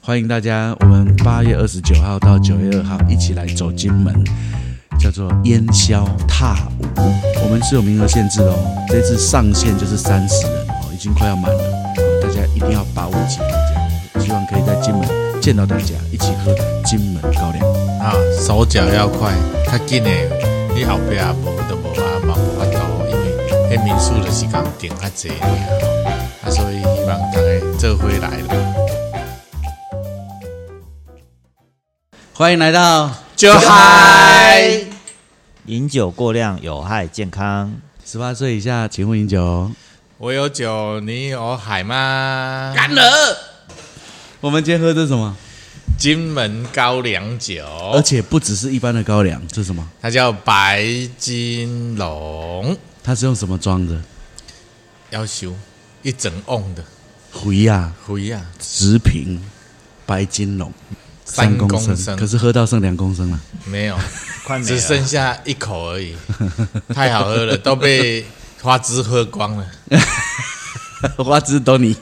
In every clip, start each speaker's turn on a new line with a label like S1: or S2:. S1: 欢迎大家，我们八月二十九号到九月二号一起来走金门，叫做烟消踏舞。我们是有名额限制的哦，这次上限就是三十人哦，已经快要满了，哦大家一定要把握机会，这样希望可以在金门见到大家，一起喝金门高粱。
S2: 啊，手脚要快，较紧的，你后壁也无都无啊，嘛无法度，因为迄民宿就是讲订较济尔吼，啊，所以希望大家做伙来咯。
S1: 欢迎来到
S2: 就嗨，
S3: 饮酒过量有害健康。
S1: 十八岁以下，请勿饮酒哦。
S2: 我有酒，你有海吗？
S1: 我们今天喝的是什么？
S2: 金门高粱酒，
S1: 而且不只是一般的高粱，这是什么？
S2: 它叫白金龙，
S1: 它是用什么装的？
S2: 要修一整瓮的，
S1: 回呀、
S2: 灰啊，
S1: 直瓶白金龙，
S2: 三
S1: 公
S2: 公升
S1: 可是喝到剩两公升了。
S2: 没有，
S3: 快没了啊
S2: 只剩下一口而已， 太好喝了，都被花枝喝光了。
S1: 花枝都你。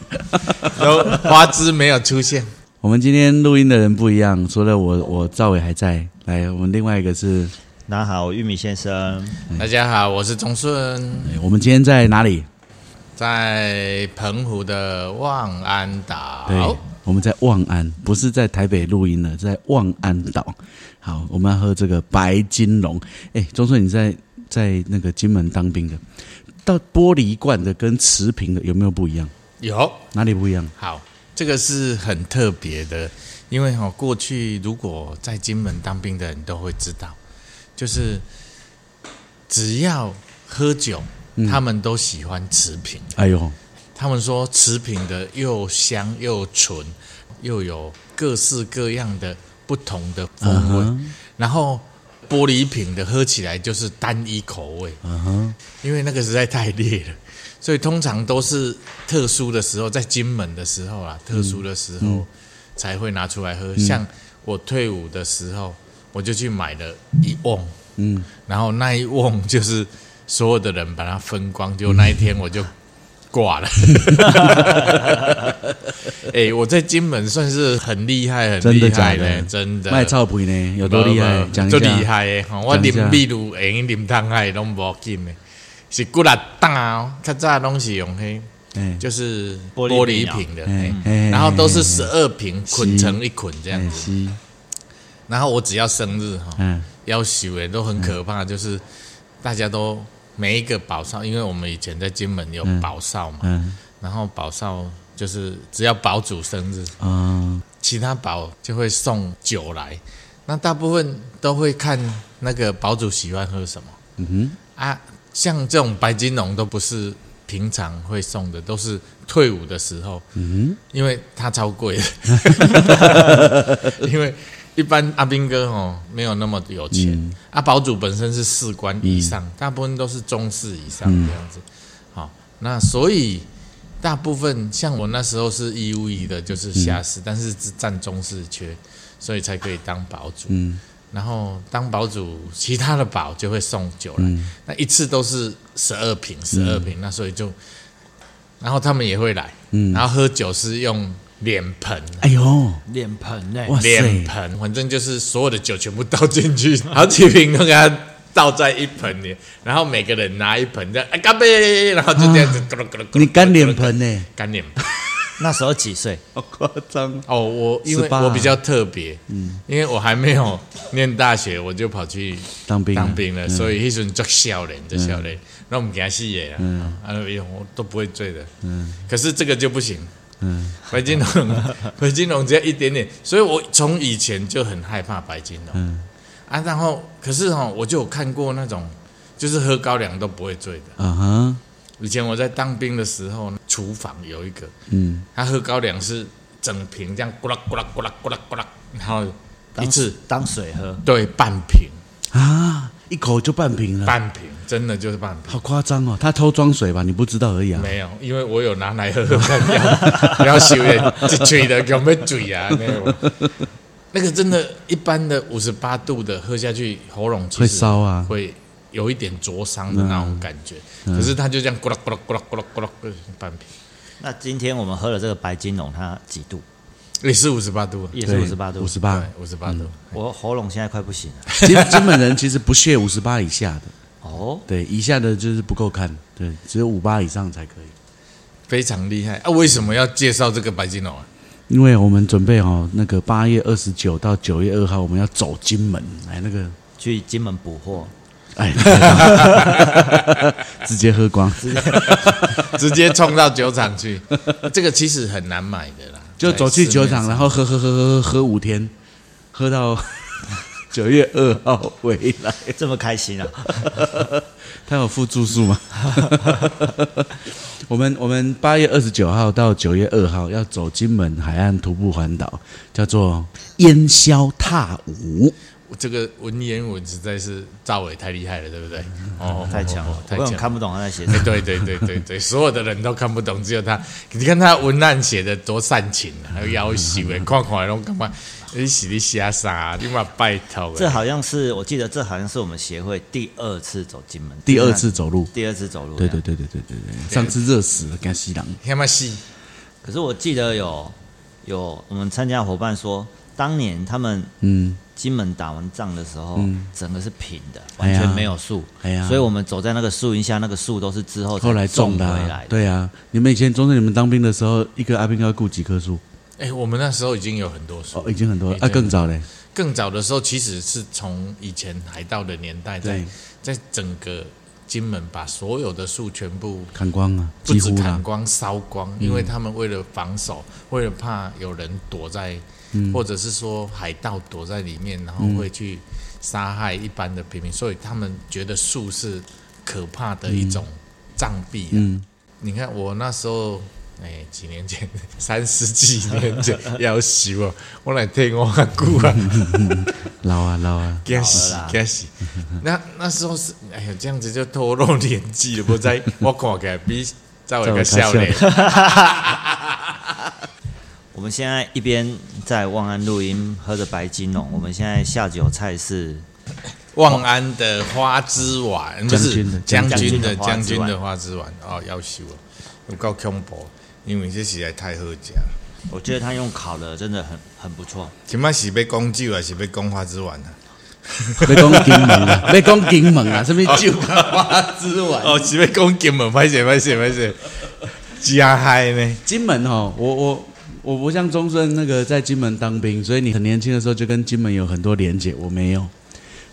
S2: 然后花枝没有出现，
S1: 我们今天录音的人不一样，除了我，我赵伟还在。来，我们另外一个是，
S3: 大家好，我玉米先生，
S2: 大家好，我是钟顺，
S1: 哎我们今天在哪里？
S2: 在澎湖的望安
S1: 对，
S2: 岛。
S1: 我们在望安，不是在台北录音了，是在望安岛。好，我们要喝这个白金龙。哎，钟顺，你在在那个金门当兵的，到玻璃罐的跟瓷瓶的有没有不一样？
S2: 有
S1: 哪里不一样？
S2: 好，这个是很特别的，因为哈、哦，过去如果在金门当兵的人都会知道，就是只要喝酒，他们都喜欢持平。
S1: 哎呦，
S2: 他们说持平的又香又纯，又有各式各样的不同的风味。然后玻璃瓶的喝起来就是单一口味，因为那个实在太烈了，所以通常都是特殊的时候，在金门的时候啊，特殊的时候才会拿出来喝。像我退伍的时候，我就去买了一瓮，嗯，然后那一瓮就是所有的人把它分光，就那一天 我就挂了。哎、我在金门算是很厉害，很
S1: 真的
S2: 厉
S1: 假
S2: 害
S1: 的？
S2: 真的。
S1: 卖臭皮呢，有多厉害？讲一下。
S2: 最厉。害的吼！我
S1: 讲一下
S2: 啉秘鲁会用啉汤海拢无紧的，是骨力胆哦，较早拢是用迄、
S1: 哎
S2: 就是
S3: 玻
S2: 玻璃
S3: 璃瓶啊
S2: 瓶的，
S1: 哎
S2: 嘿
S1: 哎
S2: 然后都是十二瓶捆成一捆这样
S1: 哎
S2: 子。
S1: 是，
S2: 然后我只要生日哈，
S1: 嗯，
S2: 要求诶都很可怕，就是大家都每一个保少，因为我们以前在金门有保少嘛，
S1: 嗯
S2: 然后保少就是只要保主生日，
S1: 啊，
S2: 其他保就会送酒来，那大部分都会看那个保主喜欢喝什么
S1: 嗯
S2: 啊。像这种白金龙都不是平常会送的，都是退伍的时候，嗯，因为它超贵的，因为一般阿兵哥哦没有那么有钱，啊，保主本身是士官以上，大部分都是中士以上这样子，好，那所以。大部分像我那时候是义务役的，就是下士，但是是占中士缺，所以才可以当保主。嗯，然后当保主，其他的保就会送酒来，
S1: 嗯
S2: 那一次都是十二瓶，十二瓶，那所以就，然后他们也会来，嗯，然后喝酒是用脸盆。
S1: 哼，哎呦，
S3: 脸盆嘞
S1: 哇
S2: 脸
S1: 塞，
S2: 盆，反正就是所有的酒全部倒进去， 好几瓶都给它倒在一盆里，然后每个人拿一盆这样，啊干杯，然后就这样子，咕噜咕噜咕噜
S1: 啊你干脸盆呢？
S2: 干脸盆。
S3: 那时候几岁？
S1: 好夸张，
S2: 哦，我因为
S1: 18
S2: 我比较特别，嗯，因为我还没有念大学，我就跑去
S1: 当兵啊
S2: 当兵了，所以那时候做笑脸，做笑脸，那我们给他戏演啊，啊，哎呦我都不会醉的，嗯，可是这个就不行，嗯，白金龙， 白金龙只要一点点，所以我从以前就很害怕白金龙，嗯，啊，然后可是哦，我就有看过那种就是喝高粱都不会醉的，
S1: 啊哈，
S2: 以前我在当兵的时候，厨房有一个，
S1: 嗯，
S2: 他喝高粱是整瓶这样咕啦咕啦咕啦咕啦咕啦，然后一次
S3: 当水喝，
S2: 对半瓶，
S1: 啊，一口就半瓶了，
S2: 半瓶真的就是半瓶。
S1: 好夸张哦！他偷装水吧？你不知道而已啊。
S2: 没有，因为我有拿来喝喝看，不要不要修人，这嘴的有没有嘴啊？没有，那个真的，一般的五十八度的喝下去，喉咙其实
S1: 会烧啊
S2: 会有一点灼伤的那种感觉。可是他就这样咕啦咕啦咕啦咕啦咕啦，半瓶。
S3: 那今天我们喝了这个白金龙，它几度？
S2: 也是五十八度啊，
S3: 也是五十八度
S1: 五。十八
S2: 对。，五十八度。
S3: 我喉咙现在快不行了。
S1: 金金门人其实不屑五十八以下的，
S3: 哦，
S1: 对，以下的就是不够看，对，只有五八以上才可以。
S2: 非常厉害啊！为什么要介绍这个白金龙啊？
S1: 因为我们准备哦，那个八月二十九到九月二号，我们要走金门，哎，那个，
S3: 去金门补货，
S1: 哎，直接喝光，
S2: 直接冲到酒厂去，这个其实很难买的啦。
S1: 就走去酒厂，然
S2: 了。
S1: 后喝喝喝喝喝喝五天，喝 到九月二号回来。
S3: 这么开心啊！
S1: 他有付住宿吗？ 我们我们八月二十九号到九月二号要走金门海岸徒步环岛，叫做烟消踏舞。
S2: 这个文言文实在是赵伟太厉害了，对不对？哦，
S3: 嗯太强了，我
S2: 太
S3: 根本
S2: 强了。
S3: 看不懂他在写什
S2: 哎
S3: 么。
S2: 对对对对对，所有的人都看不懂，只有他。你看他文案写的多煽情啊，还有要求哎，看看拢干嘛？你是你写啥？你嘛拜托
S3: 这
S2: 哎，
S3: 好像是我记得，这好像是我们协会第二次走金门，
S1: 第二次，走路，
S3: 第二次走路。
S1: 对对。对对对对对，上次热死了，干西郎。
S2: 他妈戏
S3: 可是我记得有有我们参加的伙伴说，当年他们
S1: 嗯，
S3: 金门打完仗的时候，整个是平的，
S1: 哎
S3: 完
S1: 呀
S3: 全没有树，
S1: 哎呀
S3: 所以我们走在那个树荫下，那个树都是之后才
S1: 后来种
S3: 种
S1: 的、
S3: 回
S1: 啊
S3: 来，的。
S1: 对啊。你们以前中正你们当兵的时候，一个阿兵哥要雇几棵树？
S2: 哎，我们那时候已经有很多
S1: 哦
S2: 书，，
S1: 已经很多了
S3: 哎
S2: 已经
S1: 啊，更早嘞。
S2: 更早的时候，其实是从以前海盗的年代，在
S1: 对
S2: 在整个金门把所有的树全部
S1: 砍光啊，
S2: 不
S1: 几
S2: 止
S1: 乎
S2: 砍
S1: 啦。
S2: 光、烧光，因为他们为了防守，为了怕有人躲在，
S1: 嗯
S2: 或者是说海盗躲在里面，然后会去杀害一般的平民，所以他们觉得树是可怕的一种障壁、啊。
S1: 嗯，
S2: 你看我那时候，哎、几年前， 三十几年前，要死我，我来听我阿姑啊。
S1: 老啊老啊，
S2: 惊死惊死！那那时候是哎呀，这样子就透露年纪了，不在 我看起来比赵伟个笑脸。
S3: 我们现在一边在望安录音，喝着白金龙，我们现在下酒菜是
S2: 望安的花枝丸不是
S1: 将
S2: 将
S3: 军
S2: 军
S3: 的
S2: 的
S3: 将
S2: 将
S3: 军
S2: 军
S3: 的
S2: 的花枝丸哦，要修了，有够恐怖，因为这实在太好食了。
S3: 我觉得他用烤的真的很很不错。
S2: 今麦是要讲酒还是要讲花枝丸 啊？
S1: 别讲金门啊， 别讲金门啊，什么酒啊花枝丸。
S2: 哦，是要讲金门，歹势歹势歹势，真嗨呢！
S1: 金门哦，我我我不像钟顺那个在金门当兵，所以你很年轻的时候就跟金门有很多连结，我没有，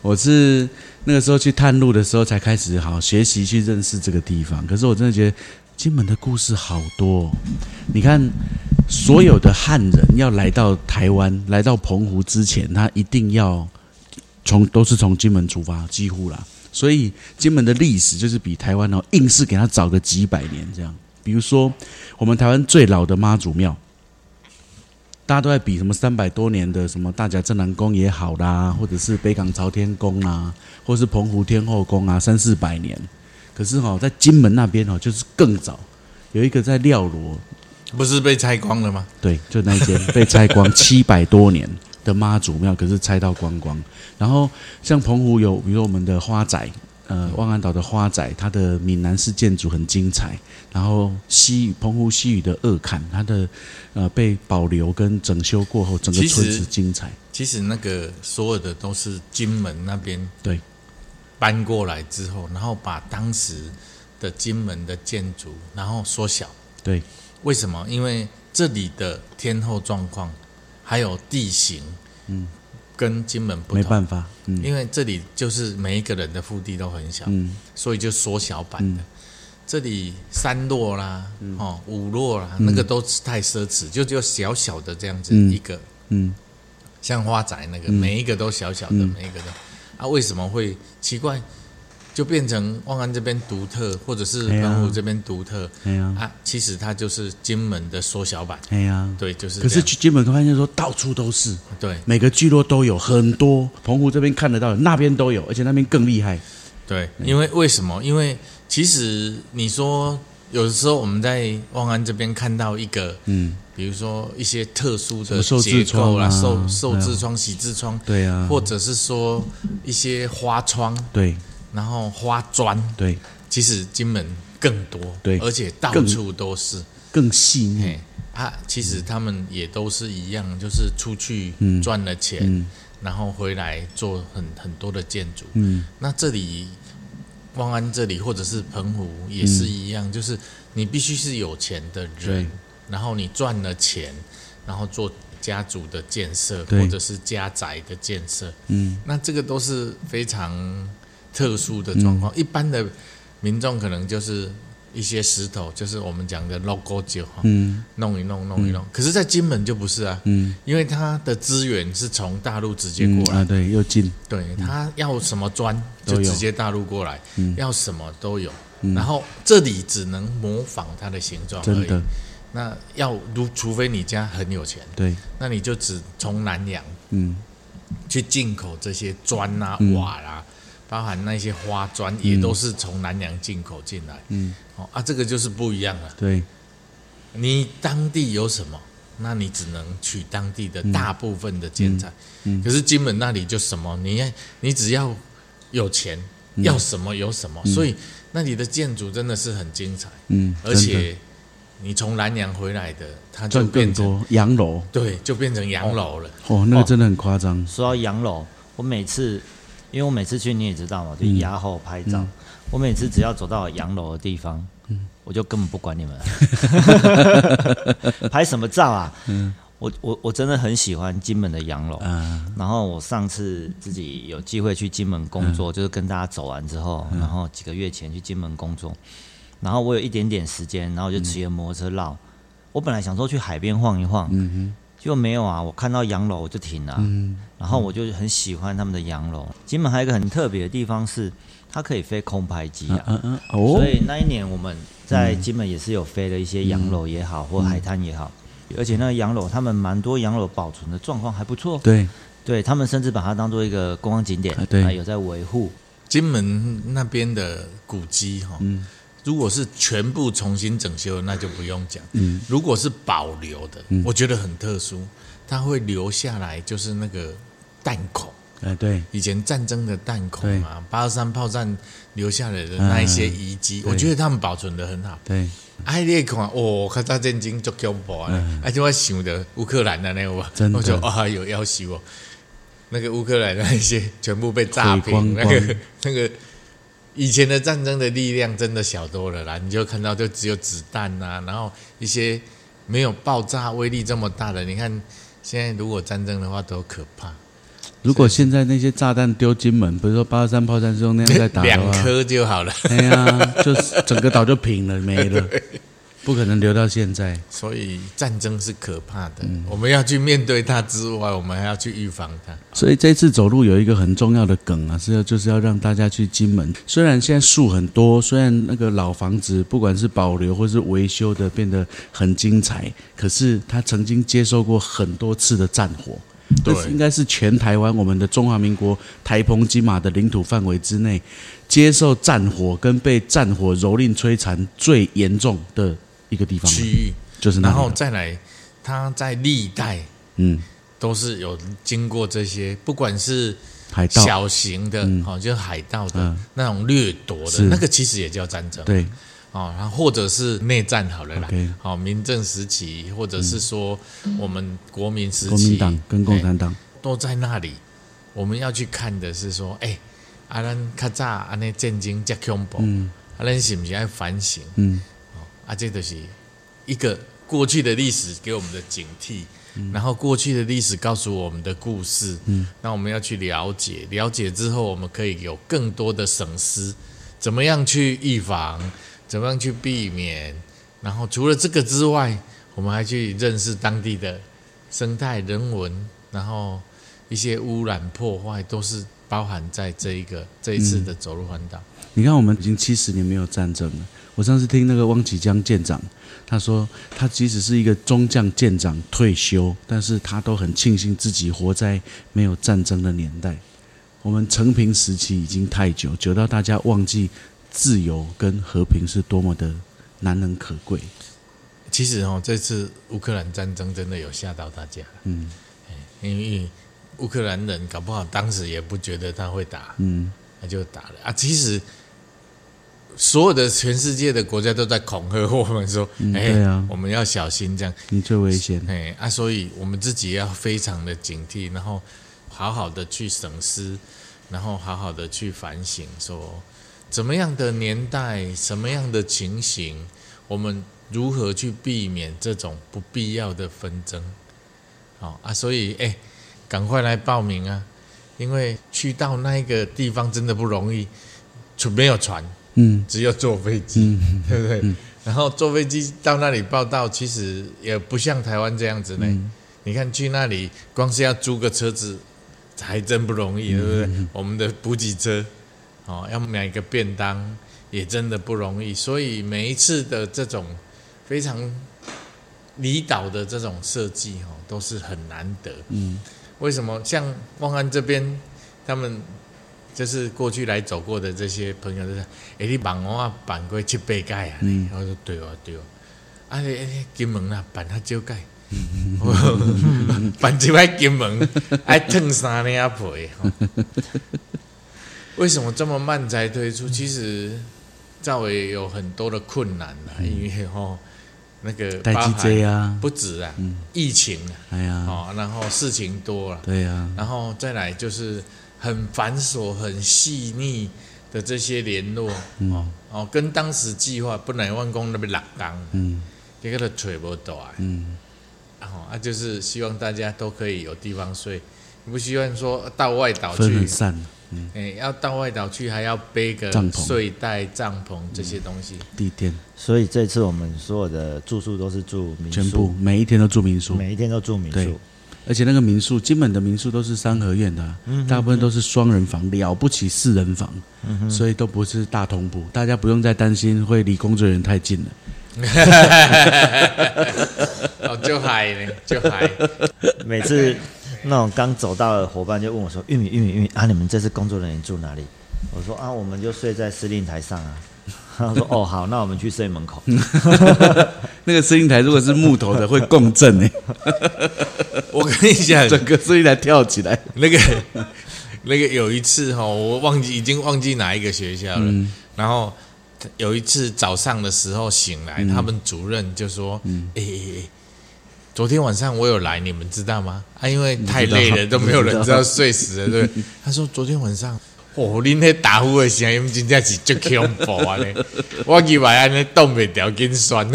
S1: 我是那个时候去探路的时候才开始好学习去认识这个地方。可是我真的觉得金门的故事好多、哦，你看所有的汉人要来到台湾、来到澎湖之前，他一定要从都是从金门出发，几乎啦。所以金门的历史就是比台湾哦，硬是给他早个几百年这样。比如说，我们台湾最老的妈祖庙，大家都在比什么三百多年的什么大甲镇南宫也好啦，或者是北港朝天宫啊，或是澎湖天后宫啊，三四百年。可是哈、哦，在金门那边哦，就是更早，有一个在廖罗，
S2: 不是被拆光了吗？
S1: 对，就那一间被拆光 七百多年的妈祖庙，可是拆到光光。然后像澎湖有，比如说我们的花仔，呃，望安岛的花仔，它的闽南式建筑很精彩。然后西屿澎湖西屿的二坎，它的呃被保留跟整修过后，整个
S2: 其
S1: 村
S2: 实
S1: 子精彩。
S2: 其实那个所有的都是金门那边
S1: 对
S2: 搬过来之后，然后把当时的金门的建筑然后缩小。
S1: 对，
S2: 为什么？因为这里的天候状况还有地形，嗯，跟金门不
S1: 没
S2: 同。
S1: 办法，嗯
S2: 因为这里就是每一个人的腹地都很小，
S1: 嗯，
S2: 所以就缩小版的。这里山落啦，
S1: 嗯
S2: 哦，五落啦，那个都是太奢侈，就只有小小的这样子
S1: 嗯
S2: 一个
S1: 嗯，
S2: 像花仔那个，每一个都小小的，每一个都啊，为什么会奇怪？就变成望安这边独特，或者是
S1: 哎呀
S2: 澎湖这边独特
S1: 哎呀，
S2: 啊，其实它就是金门的缩小版，
S1: 哎呀。
S2: 对，就是这
S1: 可
S2: 样。
S1: 是去金门发现说到处都是，
S2: 对
S1: 每个聚落都有很多，澎湖这边看得到，那边都有，而且那边更厉害。
S2: 对，
S1: 嗯
S2: 因为为什么？因为其实你说有的时候我们在望安这边看到一个，嗯，比如说一些特殊
S1: 么
S2: 的
S1: 受痔
S2: 结构啦，
S1: 疮啊
S2: 受受
S1: 对啊
S2: 痔疮、洗痔疮，
S1: 对啊
S2: 或者是说一些花窗，
S1: 对
S2: 然后花砖，
S1: 对，
S2: 其实金门更多，
S1: 对
S2: 而且到
S1: 更
S2: 处都是。
S1: 更细腻。
S2: 嘿，啊，其实他们也都是一样，就是出去
S1: 嗯
S2: 赚了钱，
S1: 嗯
S2: 然后回来做很很多的建筑。
S1: 嗯
S2: 那这里望安这里或者是澎湖也是一样，就是你必须是有钱的
S1: 嗯对
S2: 人，然后你赚了钱，然后做家族的建设
S1: 对
S2: 或者是家宅的建设，
S1: 嗯，
S2: 那这个都是非常特殊的状
S1: 嗯
S2: 况。一般的民众可能就是一些石头，就是我们讲的 logo 酒哈，
S1: 嗯
S2: 弄一弄弄一弄。可是，在金门就不是啊，
S1: 嗯
S2: 因为它的资源是从大陆直接
S1: 嗯
S2: 过来
S1: 啊，对，又近，
S2: 对他要什么砖
S1: 都
S2: 就
S1: 有
S2: 直接大陆过来，
S1: 嗯
S2: 要什么都有。
S1: 嗯
S2: 然后这里只能模仿它的形状而
S1: 真的
S2: 已。那要如除非你家很有钱，
S1: 对，
S2: 那你就只从南洋
S1: 嗯
S2: 去进口这些砖啊、
S1: 嗯
S2: 瓦啦、包含那些花砖也都是从南洋进口进来。
S1: 嗯，
S2: 哦啊，这个就是不一样了。
S1: 对，
S2: 你当地有什么，那你只能取当地的大部分的建材。
S1: 嗯嗯嗯
S2: 可是金门那里就什么，你你只要有钱，
S1: 嗯
S2: 要什么有什么，所以那里的建筑真的是很精彩，
S1: 嗯，
S2: 而
S1: 真的
S2: 且你从南洋回来的，它就
S1: 赚更
S2: 变成
S1: 多，洋楼
S2: 对，就变成洋楼了。
S1: 哦，那个
S3: 哦
S1: 真的很夸张，
S3: 说到洋楼，我每次，因为我每次去你也知道嘛，就
S1: 嗯
S3: 牙后拍照，我每次只要走到洋楼的地方，
S1: 嗯
S3: 我就根本不管你们 了，拍什么照啊？我我我真的很喜欢金门的洋楼，
S1: 嗯啊，
S3: 然后我上次自己有机会去金门工
S1: 嗯
S3: 作，就是跟大家走完之后，然后几个月前去金门工作，然后我有一点点时间，然后我就骑着摩托车绕。我本来想说去海边晃一晃，
S1: 嗯
S3: 就没有啊，我看到洋楼我就停了啊、
S1: 哼，嗯，
S3: 然后我就很喜欢他们的洋楼。金门还有一个很特别的地方是，它可以飞空拍机啊，
S1: 嗯嗯，哦嗯
S3: 所，以那一年我们在金门也是有飞了一些洋楼也好，或海滩也好，而且那个洋楼他们蛮多洋楼保存的状况还不错，
S1: 对，
S3: 对他们甚至把它当做一个观光景点
S1: 啊，对
S3: 啊有在维护。
S2: 金门那边的古迹哈、
S1: 嗯
S2: 如果是全部重新整修的，那就不用讲。
S1: 嗯，
S2: 如果是保留的，
S1: 嗯
S2: 我觉得很特殊，它会留下来就是那个弹孔，
S1: 哎对，
S2: 以前战争的弹孔啊，八二三炮战留下来的那一些遗迹，
S1: 嗯
S2: 我觉得他们保存的很好。
S1: 对，
S2: 哎，你看，哦，看到战争足恐怖啊！而且我想着乌克兰的那个，
S1: 嗯真的
S2: 我就啊有要求哦，那个乌克兰那一些全部被炸
S1: 毁光
S2: 平，那
S1: 光
S2: 个 那个以前的战争的力量真的小多了啦。你就看到就只有子弹啊，然后一些没有爆炸威力这么大的。你看现在如果战争的话，多可怕！
S1: 如果现在那些炸弹丢金门，比如说八二三炮战是用那样在打的
S2: 两
S1: 话，
S2: 颗就好了。
S1: 哎呀，就是整个岛就平了，没了，不可能留到现在。
S2: 所以战争是可怕的，
S1: 嗯
S2: 我们要去面对它之外，我们还要去预防它。
S1: 所以这次走路有一个很重要的梗啊，是要就是要让大家去金门。虽然现在树很多，虽然那个老房子不管是保留或是维修的变得很精彩，可是它曾经接受过很多次的战火。
S2: 对
S1: 这是应该是全台湾我们的中华民国台澎金马的领土范围之内，接受战火跟被战火蹂躏摧残最严重的一个地方了，
S2: 区域，
S1: 就是那
S2: 然
S1: 里了
S2: 后再来，它在历代
S1: 嗯，
S2: 都是有经过这些，不管是
S1: 海盗
S2: 小型的，哦，就是海盗的、
S1: 嗯
S2: 那种掠夺
S1: 是
S2: 的，那个其实也叫战争，
S1: 对
S2: 哦，然后或者是内战好了啦
S1: OK，
S2: 好、民政时期，或者是说我们国民时
S1: 嗯国
S2: 期，
S1: 民党跟共
S2: 哎
S1: 产党，
S2: 都在那里，我们要去看的是说，哎、啊，咱较早安尼战争这恐怖，
S1: 嗯
S2: 啊，咱是不是要反省？
S1: 嗯
S2: 啊，这就是一个过去的历史给我们的警惕，
S1: 嗯
S2: 然后过去的历史告诉我们的故事，嗯，那我们要去了解，了解之后我们可以有更多的省思，怎么样去预防，怎么样去避免，然后除了这个之外，我们还去认识当地的生态、人文，然后一些污染破坏都是包含在这一个这一
S1: 嗯
S2: 次的走路环岛。
S1: 你看，我们已经七十年没有战争了。我上次听那个汪启江舰长，他说他即使是一个中将舰长退休，但是他都很庆幸自己活在没有战争的年代。我们成平时期已经太久，久到大家忘记自由跟和平是多么的难能可贵。
S2: 其实哦，这次乌克兰战争真的有吓到大家，
S1: 嗯
S2: 因为乌克兰人搞不好当时也不觉得他会打，
S1: 嗯，
S2: 他就打了啊。其实所有的全世界的国家都在恐吓我们说，
S1: 嗯
S2: 哎、
S1: 对啊
S2: 我们要小心这样，
S1: 你最危险。
S2: 哎啊，所以我们自己要非常的警惕，然后好好的去省思，然后好好的去反省说怎么样的年代，什么样的情形，我们如何去避免这种不必要的纷争？好、啊，所以哎，赶快来报名啊！因为去到那个地方真的不容易，除没有船，
S1: 嗯
S2: 只有坐飞机。
S1: 嗯
S2: 对不对？然后坐飞机到那里报道，其实也不像台湾这样子呢。
S1: 嗯
S2: 你看去那里，光是要租个车子，还真不容
S1: 嗯
S2: 易，对不对？我们的补给车，哦，要买个便当也真的不容易。所以每一次的这种非常离岛的这种设计，哦，都是很难得。
S1: 嗯，
S2: 为什么像望安这边，他们就是过去来走过的这些朋友，就是哎，你板我啊板过七八届啊，
S1: 嗯
S2: 我说对哦对哦，啊你你金门啊板较 少届，我板一摆金门爱烫三领皮，吼为什么这么慢才推
S1: 嗯
S2: 出？其实赵伟有很多的困难啦，
S1: 嗯
S2: 因为吼那个
S1: 带
S2: 包
S1: G
S2: 含
S1: J 啊，
S2: 不止啊，疫情啊，
S1: 哎呀，
S2: 哦，然后事情多了。
S1: 对啊呀，
S2: 然后再来就是很繁琐、很细腻的这些联络
S1: 嗯
S2: 哦，跟当时计划本来万工那边六工，
S1: 嗯
S2: 结果都找不到啊，
S1: 嗯，
S2: 哦啊，就是希望大家都可以有地方睡，不希望说到外岛
S1: 分
S2: 哦去
S1: 很，散，
S2: 哎，要到外岛去还要背个
S1: 帐篷
S2: 睡袋、帐篷这些东西，
S1: 地垫
S3: 所以这次我们所有的住宿都是住民
S1: 全部
S3: 宿，
S1: 每一天都住民宿，
S3: 每一天都住民
S1: 对
S3: 宿。
S1: 而且那个民宿，金门的民宿都是三合院的啊、
S3: 嗯
S1: 大部分都是双人房，了不起四人房，所以都不是大通铺，大家不用再担心会离工作人员太近了。
S2: 哦，就嗨呢，就 嗨，
S3: 每次那种刚走到的伙伴就问我说：“玉米，玉米，玉米啊，你们这次工作人员住哪里？”我说：“啊，我们就睡在司令台上啊。”他说：“哦，好，那我们去睡门口。
S1: 那个司令台如果是木头的，会共振哎、
S2: 我跟你讲，
S1: 整个司令台跳起来。
S2: 那个 那个有一次哈、我忘记已经忘记哪一个学校了。
S3: 嗯
S2: 然后有一次早上的时候醒来，
S3: 嗯
S2: 他们主任就说：“诶诶诶，昨天晚上我有来，你们知道吗？啊，因为太累了，
S1: 不知道
S2: 都没有人知道睡死了，对不 对？”他说：“昨天晚上。”哦，恁迄打呼的声音真正是足恐怖啊！呢，我以为安尼冻袂掉，紧酸。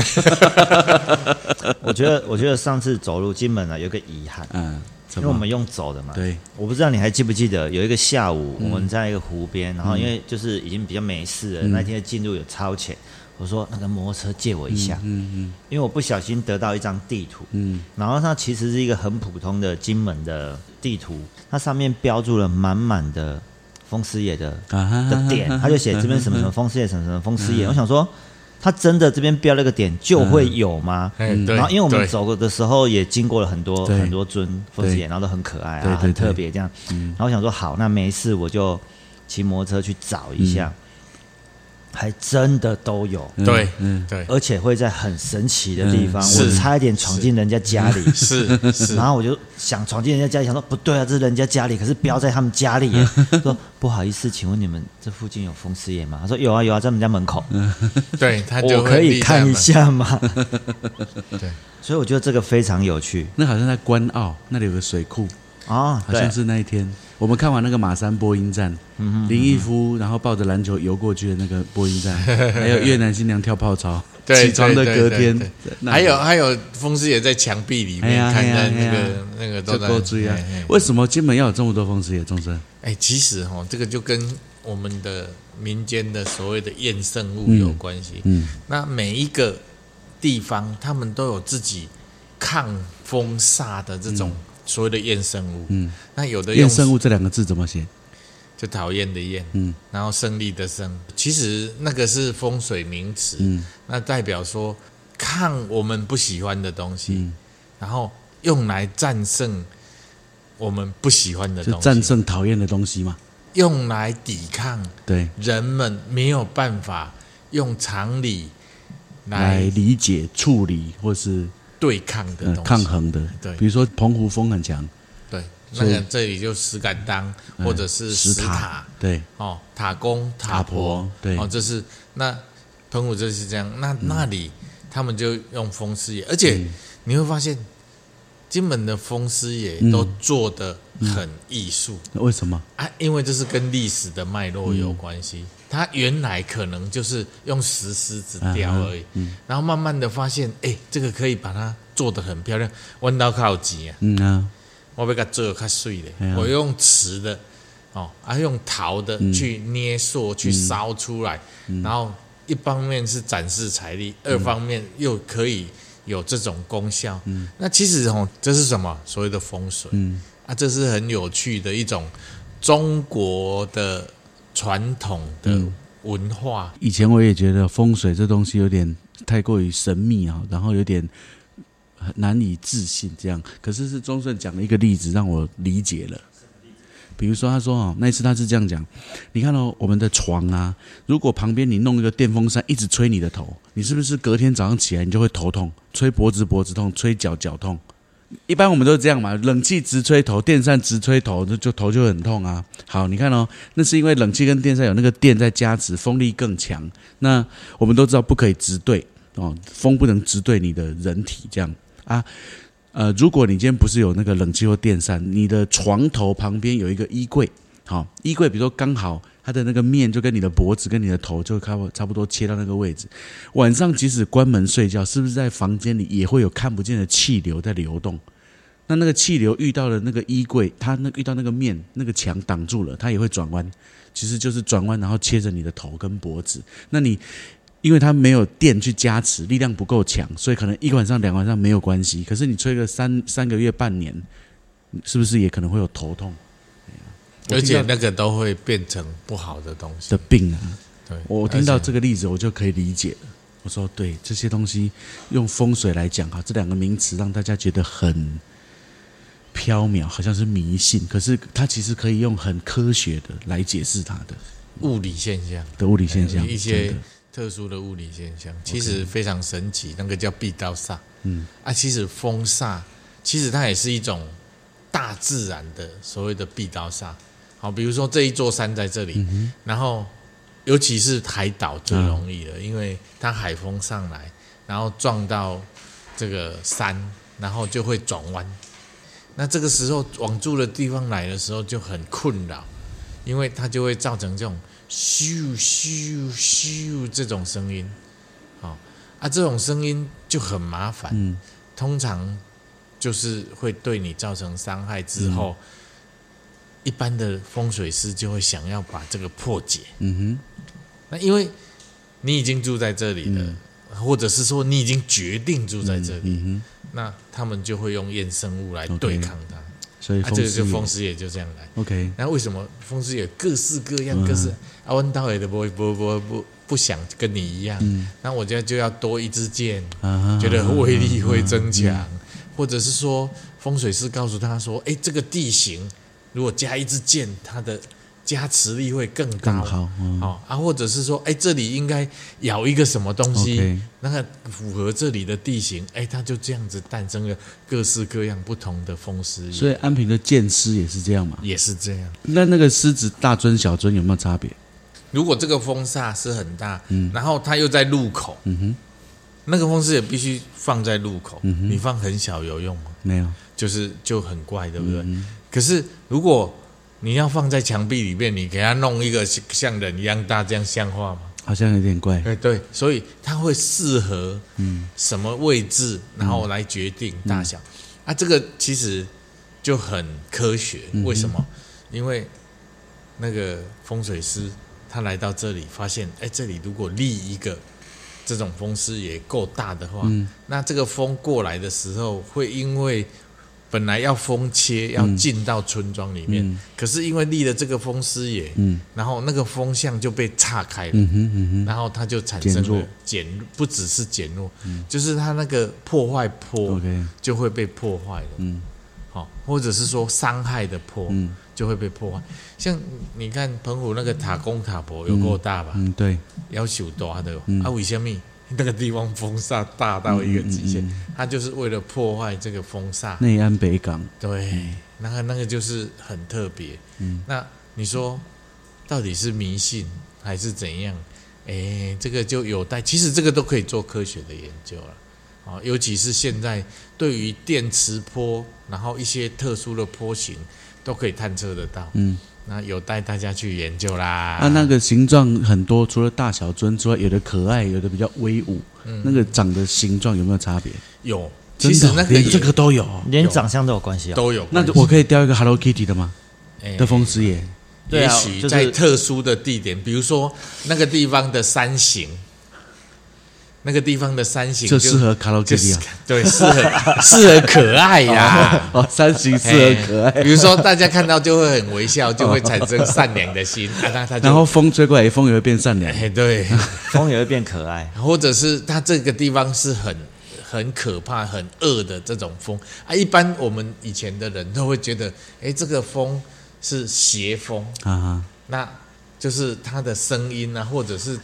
S3: 我觉得，我觉得上次走路金门 啊，有一个遗憾，
S1: 嗯，怎
S3: 因
S1: 么
S3: 为我们用走的嘛。
S1: 对，嗯
S3: 我不知道你还记不记得，有一个下午我们在一个湖边，然后因为就是已经比较没事了，
S1: 嗯
S3: 那天的进度有超前，我说那个摩托车借我一下，
S1: 嗯
S3: 因为我不小心得到一张地图，
S1: 嗯
S3: 然后它其实是一个很普通的金门的地图，它上面标注了满满的风师爷的
S1: 嗯啊嗯哈
S3: 的点，他就写这边什么什么风师爷，什么什么风师爷。我想说，他真的这边标了个点就会有吗？
S2: 哎， 对，
S3: 嗯然后因为我
S2: 对
S3: 们走过的时候也经过了很多
S1: 嗯对
S3: 很多尊风师爷，
S1: 对
S3: 然后都很可爱
S1: 对
S3: 啊，
S1: 对嗯
S3: 很特
S1: 对
S3: 别这样。然后我想说，好，那没事，我就骑摩托车去找一下，还真的都有。
S2: 对
S1: 嗯
S2: 对
S3: 而且会在很神奇的地方，
S2: 嗯是
S3: 我差一点闯进人家家里，
S2: 是是
S3: 然，后我就想闯进人家家里，想说不对啊，这是人家家里，可是标在他们家 里耶。说不好意思，请问你们这附近有风师爷吗？他说有啊有啊，在我们家门口。
S2: 对，他 就
S3: 我
S2: 会
S3: 可以
S2: 立在
S3: 看一
S2: 门
S3: 下吗？
S2: 对。
S3: 所以我觉得这个非常有趣
S1: 那好像在关澳那里有个水库，
S3: 啊，
S1: 好
S3: 对
S1: 像，是那一天我们看完那个马山播音站，
S2: 嗯
S1: 林毅夫然后抱着篮球游过去的那个播音 站，还有越南新娘跳泡操，
S2: 对
S1: 起床的
S2: 对
S1: 隔
S2: 对
S1: 天
S2: 对，
S1: 那
S2: 还有还有，风师也在墙壁里
S1: 哎呀
S2: 面看
S1: 哎呀
S2: 到那
S1: 哎
S2: 个
S1: 呀
S2: 那个都
S1: 这
S2: 在
S1: 够注意啊
S2: 哎哎！
S1: 为什么金门要有这么多风师爷？钟生，
S2: 哎，其实哈，这个就跟我们的民间的所谓的验圣物有关系。
S1: 嗯
S2: 那每一个地方，他们都有自己抗风煞的这种所谓的验圣物。
S1: 嗯，
S2: 那有的用
S1: 验圣物这两个字怎么写？
S2: 就讨厌的厌，
S1: 嗯
S2: 然后胜利的胜，其实那个是风水名词，
S1: 嗯
S2: 那代表说看我们不喜欢的东西，
S1: 嗯
S2: 然后用来战胜我们不喜欢的
S1: 就
S2: 东西，
S1: 战胜讨厌的东西嘛。
S2: 用来抵抗
S1: 对，
S2: 人们没有办法用常理
S1: 来
S2: 来
S1: 理解、处理或是
S2: 对抗的
S1: 呃
S2: 东西，
S1: 抗衡的。
S2: 对
S1: 比如说澎湖风很强，
S2: 对，那
S1: 所以呃
S2: 个这里就石敢当或者是石塔
S1: 塔，对，
S2: 哦，塔公、
S1: 塔
S2: 塔
S1: 婆对嗯
S2: 哦，这是那澎湖就是这样。那那里他们就用风师爷，而且你会发现金门的风师爷
S1: 嗯
S2: 都做的很艺术
S1: 那为什么？
S2: 啊，因为这是跟历史的脉络有
S1: 嗯
S2: 关系。他原来可能就是用石狮子
S1: 嗯
S2: 雕而已，然后慢慢的发现，哎，这个可以把它做的很漂亮，弯刀靠脊啊。
S1: 嗯啊，
S2: 我要甲做较水的
S1: 哎呀，
S2: 我用瓷的，哦，啊用陶的去
S1: 嗯
S2: 捏塑、去烧出来，然后一方面是展示财力，
S1: 嗯
S2: 二方面又可以有这种功效。那其实哦，这是什么？所谓的风水、
S1: 嗯
S2: 啊，这是很有趣的一种中国的传统的
S1: 嗯
S2: 文化。
S1: 以前我也觉得风水这东西有点太过于神秘啊，然后有点很难以置信这样。可是是钟顺讲了一个例子让我理解了。比如说，他说哦，那一次他是这样讲，你看哦，我们的床啊，如果旁边你弄一个电风扇一直吹你的头，你是不是隔天早上起来你就会头痛，吹脖子脖子痛，吹脚脚痛？一般我们都是这样嘛，冷气直吹头，电扇直吹头，那就头就很痛啊。好，你看哦，那是因为冷气跟电扇有那个电在加持，风力更强。那我们都知道不可以直对哦，风不能直对你的人体这样啊。呃，如果你今天不是有那个冷气或电扇，你的床头旁边有一个衣柜，好、衣柜比如说刚好它的那个面就跟你的脖子跟你的头就差不差不多切到那个位置。晚上即使关门睡觉，是不是在房间里也会有看不见的气流在流动？那那个气流遇到了那个衣柜，它那遇到那个面那个墙挡住了，它也会转弯，其实就是转弯然后切着你的头跟脖子。那你因为它没有电去加持，力量不够强，所以可能一个晚上、两个晚上没有关系。可是你吹个三三个月、半年，是不是也可能会有头痛我
S2: 而
S1: 听到
S2: 且那个都会变成不好的东西
S1: 的，病啊？
S2: 对，
S1: 我听到
S2: 而且
S1: 这个例子，我就可以理解了。我说对，这些东西用风水来讲哈，这两个名词让大家觉得很缥缈，好像是迷信，可是它其实可以用很科学的来解释它的
S2: 物理现象。
S1: 的物理现象，
S2: 呃一
S1: 真
S2: 些
S1: 的
S2: 特殊的物理现象，其实非常神奇。那个叫壁刀煞，嗯啊，其实风煞，其实它也是一种大自然的所谓的壁刀煞。好，比如说这一座山在这里，
S1: 嗯
S2: 然后尤其是海岛最容易
S1: 啊
S2: 了，因为它海风上来，然后撞到这个山，然后就会转弯。那这个时候往住的地方来的时候就很困扰，因为它就会造成这种咻咻咻这种声音，哦啊，这种声音就很麻烦，
S1: 嗯
S2: 通常就是会对你造成伤害之后，一般的风水师就会想要把这个破解。
S1: 嗯
S2: 那因为你已经住在这里了，或者是说你已经决定住在这
S1: 哼
S2: 里，
S1: 嗯
S2: 那他们就会用衍生物来对抗它。
S1: 哼，所以
S2: 啊，
S1: 风水
S2: 这个就风师爷就这样来。
S1: OK
S2: 那为什么风师爷各式各样，
S1: 嗯
S2: 各式啊，温道也的不不不不不想跟你一样，
S1: 嗯
S2: 那我觉得就要多一支箭，
S1: 啊，
S2: 觉得威力会
S1: 嗯
S2: 增强，或者是说风水师告诉他说，哎，这个地形如果加一支箭，它的加持力会更高。
S1: 更好，嗯
S2: 哦啊，或者是说，哎，这里应该咬一个什么东西
S1: OK，
S2: 那个符合这里的地形，哎，它就这样子诞生了各式各样不同的风师爷，
S1: 所以安平的剑师也是这样嘛？
S2: 也是这样。
S1: 那那个狮子大尊小尊有没有差别？
S2: 如果这个风煞是很大，然后它又在路口，那个风势也必须放在路口，你放很小有用吗？
S1: 没有，
S2: 就是就很怪，对不对？可是如果你要放在墙壁里面，你给它弄一个像人一样大，这样像话吗？
S1: 好像有点怪。
S2: 哎，对，所以它会适合什么位置，然后来决定大小、啊。这个其实就很科学，为什么？因为那个风水师他来到这里，发现哎，这里如果立一个这种风师也够大的话，那这个风过来的时候，会因为本来要风切要进到村庄里面，可是因为立了这个风师爷，
S1: 嗯
S2: 然后那个风向就被岔开了。
S1: 嗯哼嗯
S2: 然后它就产
S1: 减
S2: 生
S1: 弱
S2: 了减弱，不只是减弱，就是它那个破坏
S1: 哼
S2: 坡
S1: ，OK，
S2: 就会被破坏了，
S1: 嗯
S2: 好，或者是说伤害的坡
S1: 嗯
S2: 就会被破坏。像你看澎湖那个塔公塔婆有够大吧，
S1: 嗯，对，
S2: 要求大的
S1: 嗯，
S2: 啊，为什么？ 那个地方风煞大到一个极
S1: 嗯
S2: 限，他就是为了破坏这个风煞。
S1: 内安北港，
S2: 对，
S1: 嗯
S2: 那个那个就是很特别。那你说到底是迷信还是怎样？哎，这个就有待，其实这个都可以做科学的研究了。哦，尤其是现在对于电磁波，然后一些特殊的波形都可以探测得到。
S1: 嗯，
S2: 那有待大家去研究啦。
S1: 啊，那个形状很多，除了大小尊之外，有的可爱，有的比较威武。那个长的形状有没有差别？
S2: 有，
S1: 真
S2: 嗯其
S1: 的
S2: 实
S1: 哦
S2: 那个
S1: 连
S2: 也
S1: 这个都有哦，
S3: 连长相都有关系啊。
S2: 都有
S1: 那
S2: 关系。
S1: 就我可以雕一个 Hello Kitty 的吗？
S2: 哎
S1: 的风师爷，
S3: 对
S2: 也
S3: 啊
S2: 许
S3: 就是
S2: 在特殊的地点，比如说那个地方的山形，那个地方的山形
S1: 这
S2: 就
S1: 适合 Hello
S2: 就
S1: Kitty
S2: 是
S1: 啊。
S2: 对适合适合可爱呀、
S1: 哦，三型适合可
S2: 哎
S1: 爱。
S2: 比如说，大家看到就会很微笑，就会产生善良的 心。啊、那他就
S1: 然后风吹过来，风也会变善良。
S2: 哎对，
S3: 风也会变可爱。
S2: 或者是他这个地方是很很可怕、很恶的这种风啊。一般我们以前的人都会觉得，哎，这个风是邪风，
S1: 啊，
S2: 那就是它的声音啊，或者是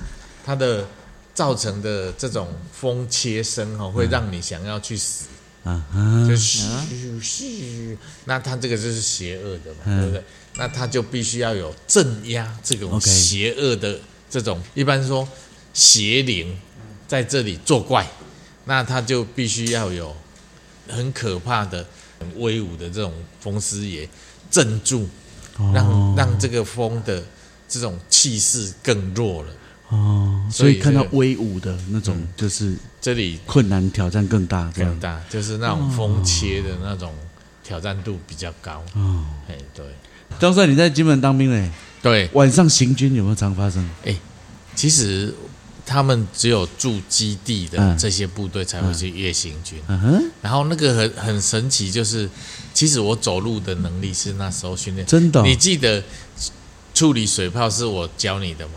S2: 它的造成的这种风切声哦，会让你想要去死。
S1: 啊啊！
S2: 就是嘘嘘，那它这个就是邪恶的嘛，
S1: 嗯
S2: 对不对？那它就必须要有镇压这种
S1: OK
S2: 邪恶的这种，一般说邪灵在这里作怪，那它就必须要有很可怕的、很威武的这种风师爷镇住，
S1: 哦
S2: 让让这个风的这种气势更弱了。
S1: 哦，所
S2: 所以
S1: 以看到
S2: 这个
S1: 威武的那
S2: 嗯
S1: 种，就是
S2: 这里
S1: 困难挑战更大这
S2: 更
S1: 样。
S2: 大，就是那种风切的那种挑战度比较高。
S1: 哦，
S2: 哎，对
S1: 张帅，你在金门当兵嘞？
S2: 对。
S1: 晚上行军有没有常发生？
S2: 其实他们只有驻基地的这些部队才会去夜行军，
S1: 嗯哼，
S2: 然后那个很很神奇，就是其实我走路的能力是那时候训练。
S1: 真的哦
S2: 你记得处理水炮是我教你的吗？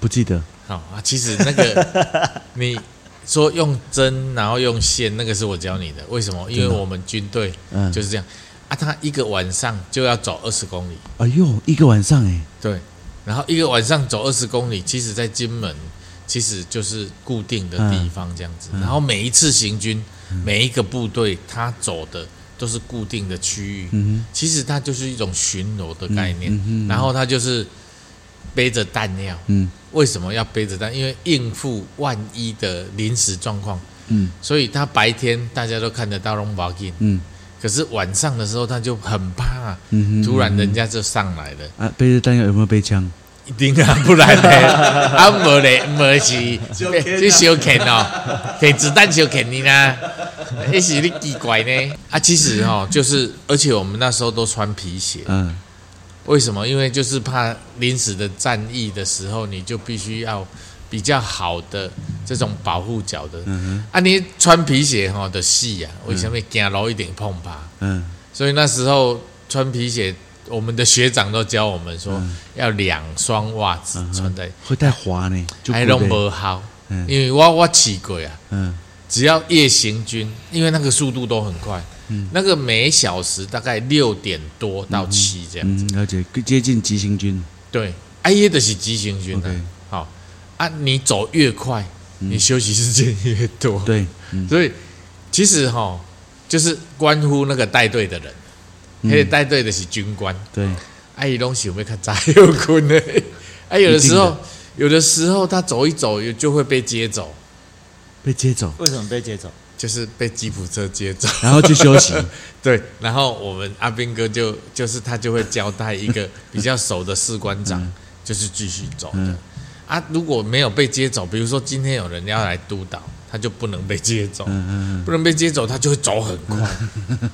S1: 不记得。
S2: 好、啊，其实那个 你说用针，然后用线，那个是我教你的。为什么？因为
S1: 真的哦
S2: 我们军队
S1: 嗯
S2: 就是这样、啊，他一个晚上就要走二十公里。
S1: 哎呦，一个晚上哎，
S2: 对，然后一个晚上走二十公里，其实在金门其实就是固定的地方这样子。
S1: 嗯
S2: 然后每一次行军，每一个部队他走的都是固定的区域，
S1: 嗯
S2: 其实它就是一种巡逻的概念。
S1: 嗯嗯嗯
S2: 然后他就是背着弹药，
S1: 嗯
S2: 为什么要背着弹？因为应付万一的临时状况，
S1: 嗯
S2: 所以他白天大家都看得到龙宝金，
S1: 嗯
S2: 可是晚上的时候他就很怕，
S1: 嗯哼
S2: 突然人家就上来了。
S1: 啊，背着弹药有没有背枪？
S2: 一定啊，不然呢？啊，无咧，无是，这小肯哦，摕子弹小肯你啦，那是你奇怪呢。啊，其实哦，就是，而且我们那时候都穿皮鞋，
S1: 嗯，
S2: 为什么？因为就是怕临时的战役的时候，你就必须要比较好的这种保护脚的。啊，你穿皮鞋吼的细啊，为什么行路一定碰吧？
S1: 嗯
S2: 所以那时候穿皮鞋，我们的学长都教我们说，要两双袜子穿在，
S1: 会太滑呢，就
S2: 还弄不好。
S1: 嗯
S2: 因为我我骑过啊，
S1: 嗯
S2: 只要夜行军，因为那个速度都很快，
S1: 嗯
S2: 那个每小时大概六点多到七这样。
S1: 嗯，了解，接近急行军。
S2: 对，啊，耶的是急行军啊
S1: OK。嗯
S2: 好啊，你走越快，你休息时间越多。
S1: 对，嗯
S2: 所以其实哈、就是关乎那个带队的人，
S1: 嗯
S2: 那个带队的是军官。
S1: 对，
S2: 啊，伊拢想要较早休困的。啊，有的时候，有的时候他走一走，有就会被接走，
S1: 被接走，
S3: 为什么被接走？
S2: 就是被吉普车接走。
S1: 然后去休 息。
S2: 对，然后我们阿兵哥就就是他就会交代一个比较熟的士官长，
S1: 嗯
S2: 就是继续走的。啊，如果没有被接走，比如说今天有人要来督导，他就不能被接走，
S1: 嗯嗯嗯
S2: 不能被接走，他就会走很快，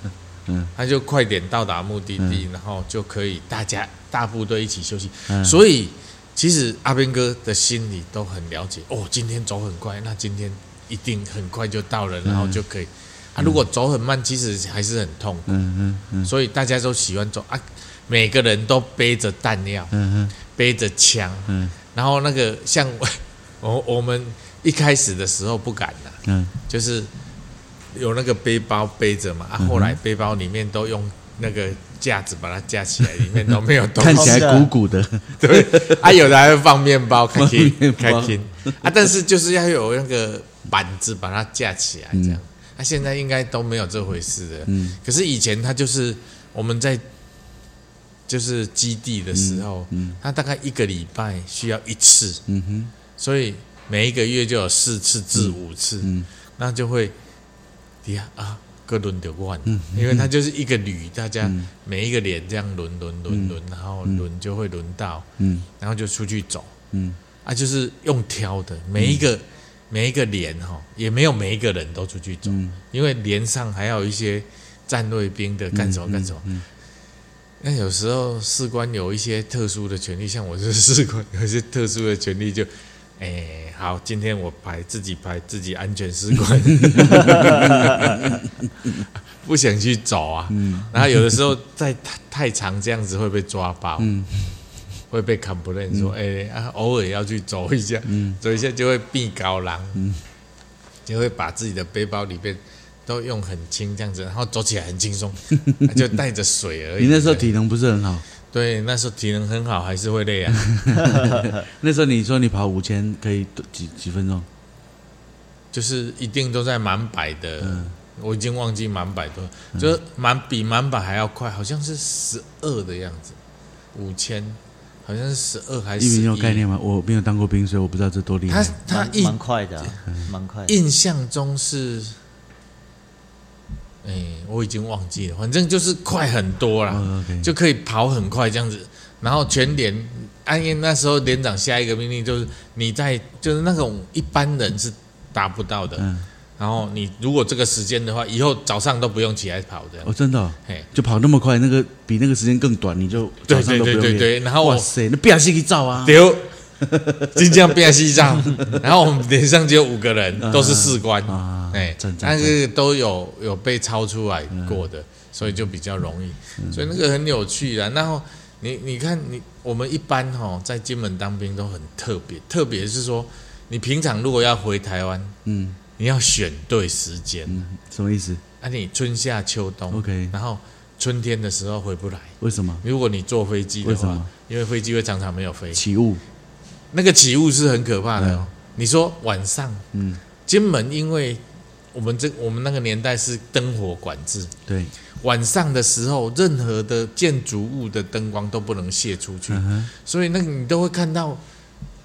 S2: 他就快点到达目的地，然后就可以大家大部队一起休息。
S1: 嗯
S2: 所以其实阿兵哥的心里都很了解，哦，今天走很快，那今天一定很快就到
S1: 嗯
S2: 了，然后就可以。啊，如果走很慢，其实还是很痛苦。
S1: 嗯嗯嗯
S2: 所以大家都喜欢走啊，每个人都背着弹药，
S1: 嗯
S2: 背着枪，
S1: 嗯
S2: 然后那个像我 我我们一开始的时候不敢呐、
S1: 嗯
S2: 啊
S1: 嗯
S2: 就是有那个背包背着嘛，啊，后来背包里面都用那个架子把它架起来，里面都没有东
S1: 看
S2: 西。
S1: 起来鼓鼓的，
S2: 对，啊，有的还会放面包，开心
S1: 面包
S2: 开心啊，但是就是要有那个板子把它架起来，
S1: 嗯
S2: 这样。啊，现在应该都没有这回事的。嗯。可是以前它就是我们在就是基地的时候，嗯，它大概一个礼拜需要一次，
S1: 嗯哼，
S2: 所以每一个月就有四次至五次，
S1: 嗯
S2: 那就会底下啊，各轮流换，
S1: 嗯
S2: 因为它就是一个旅，大家每一个连这样轮轮轮轮，然后轮就会轮到，
S1: 嗯
S2: 然后就出去走
S1: 嗯，
S2: 啊，就是用挑的，每一个每一个连哈，也没有每一个人都出去走，
S1: 嗯
S2: 因为连上还有一些站卫兵的干
S1: 嗯
S2: 什么干什么。那有时候士官有一些特殊的权利，像我是士官，有一些特殊的权利就，哎，好，今天我排自己排自己安全士官， 不想去走啊。
S1: 嗯
S2: 然后有的时候在太太长这样子会被抓包，会被 complain 说，哎、
S1: 嗯
S2: 啊，偶尔要去走一下，走一下就会避高狼，
S1: 嗯
S2: 就会把自己的背包里边都用很轻这样子，然后走起来很 轻松，啊就带着水而已。
S1: 你那时候体能不是很好，
S2: 对，那时候体能很好，还是会 累啊。
S1: 那时候你说你跑五千可以多几几分钟？
S2: 就是一定都在满百的，
S1: 嗯
S2: 我已经忘记满百多，就是满比满百还要快，好像是十二的样子，五千，好像是十二还是
S1: 一
S2: 十
S1: 鸣有概
S2: 一。
S1: 念吗？我没有当过兵，所以我不知道这多厉害
S2: 他。他
S3: 蛮
S2: 一
S3: 蛮快的啊， 蛮快的。
S2: 印象中是，哎、我已经忘记了，反正就是快很多啦，
S1: 哦，OK
S2: 就可以跑很快这样子。然后全连，安因那时候连长下一个命令就是你在就是那种一般人是达不到的。
S1: 嗯
S2: 然后你如果这个时间的话，以后早上都不用起来跑这样。
S1: 哦，真的哦
S2: 嘿，
S1: 就跑那么快，那个比那个时间更短，你就早
S2: 对
S1: 上都不用
S2: 对对对
S1: 练
S2: 对然后我
S1: 哇塞，那不要去去照啊！
S2: 丢，金江变西藏， 然后我们连上只有五个人，都是士官
S1: 啊，
S2: 哎
S1: 正正，嗯
S2: 但是都有有被超出来过的，所以就比较容易，所以那个很有趣啦。然后你你看你我们一般哈在金门当兵都很特别，特别是说你平常如果要回台湾，
S1: 嗯
S2: 你要选对时间，
S1: 嗯，什么意思？
S2: 啊你春夏秋冬
S1: OK
S2: 然后春天的时候回不来。
S1: 为什么
S2: 如果你坐飞机的
S1: 为什
S2: 话
S1: 么，
S2: 因为飞机会常常没有飞，
S1: 起雾？
S2: 那个起雾是很可怕的、哦。你说晚上，
S1: 嗯，
S2: 金门因为我们这我们那个年代是灯火管制，
S1: 对，
S2: 晚上的时候任何的建筑物的灯光都不能泄出去，
S1: 嗯哼，
S2: 所以那个你都会看到